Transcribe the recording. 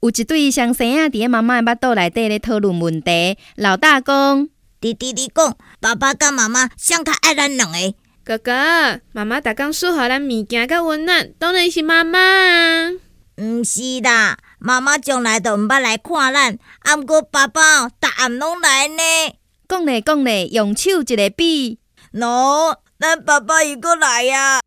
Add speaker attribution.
Speaker 1: 有一对双生仔伫咧妈妈的腹肚内底咧讨论问题。老大讲，
Speaker 2: 弟弟你讲，爸爸甲妈妈相较爱咱两个，
Speaker 3: 哥哥，妈妈逐工输予咱物件甲温暖，当然是妈妈啊。
Speaker 2: 毋是啦。妈妈从来都毋捌来看咱，啊，毋过爸爸哦，逐暗拢来呢。
Speaker 1: 讲咧讲咧，用手一个比。
Speaker 2: 喏，咱爸爸又搁来啊。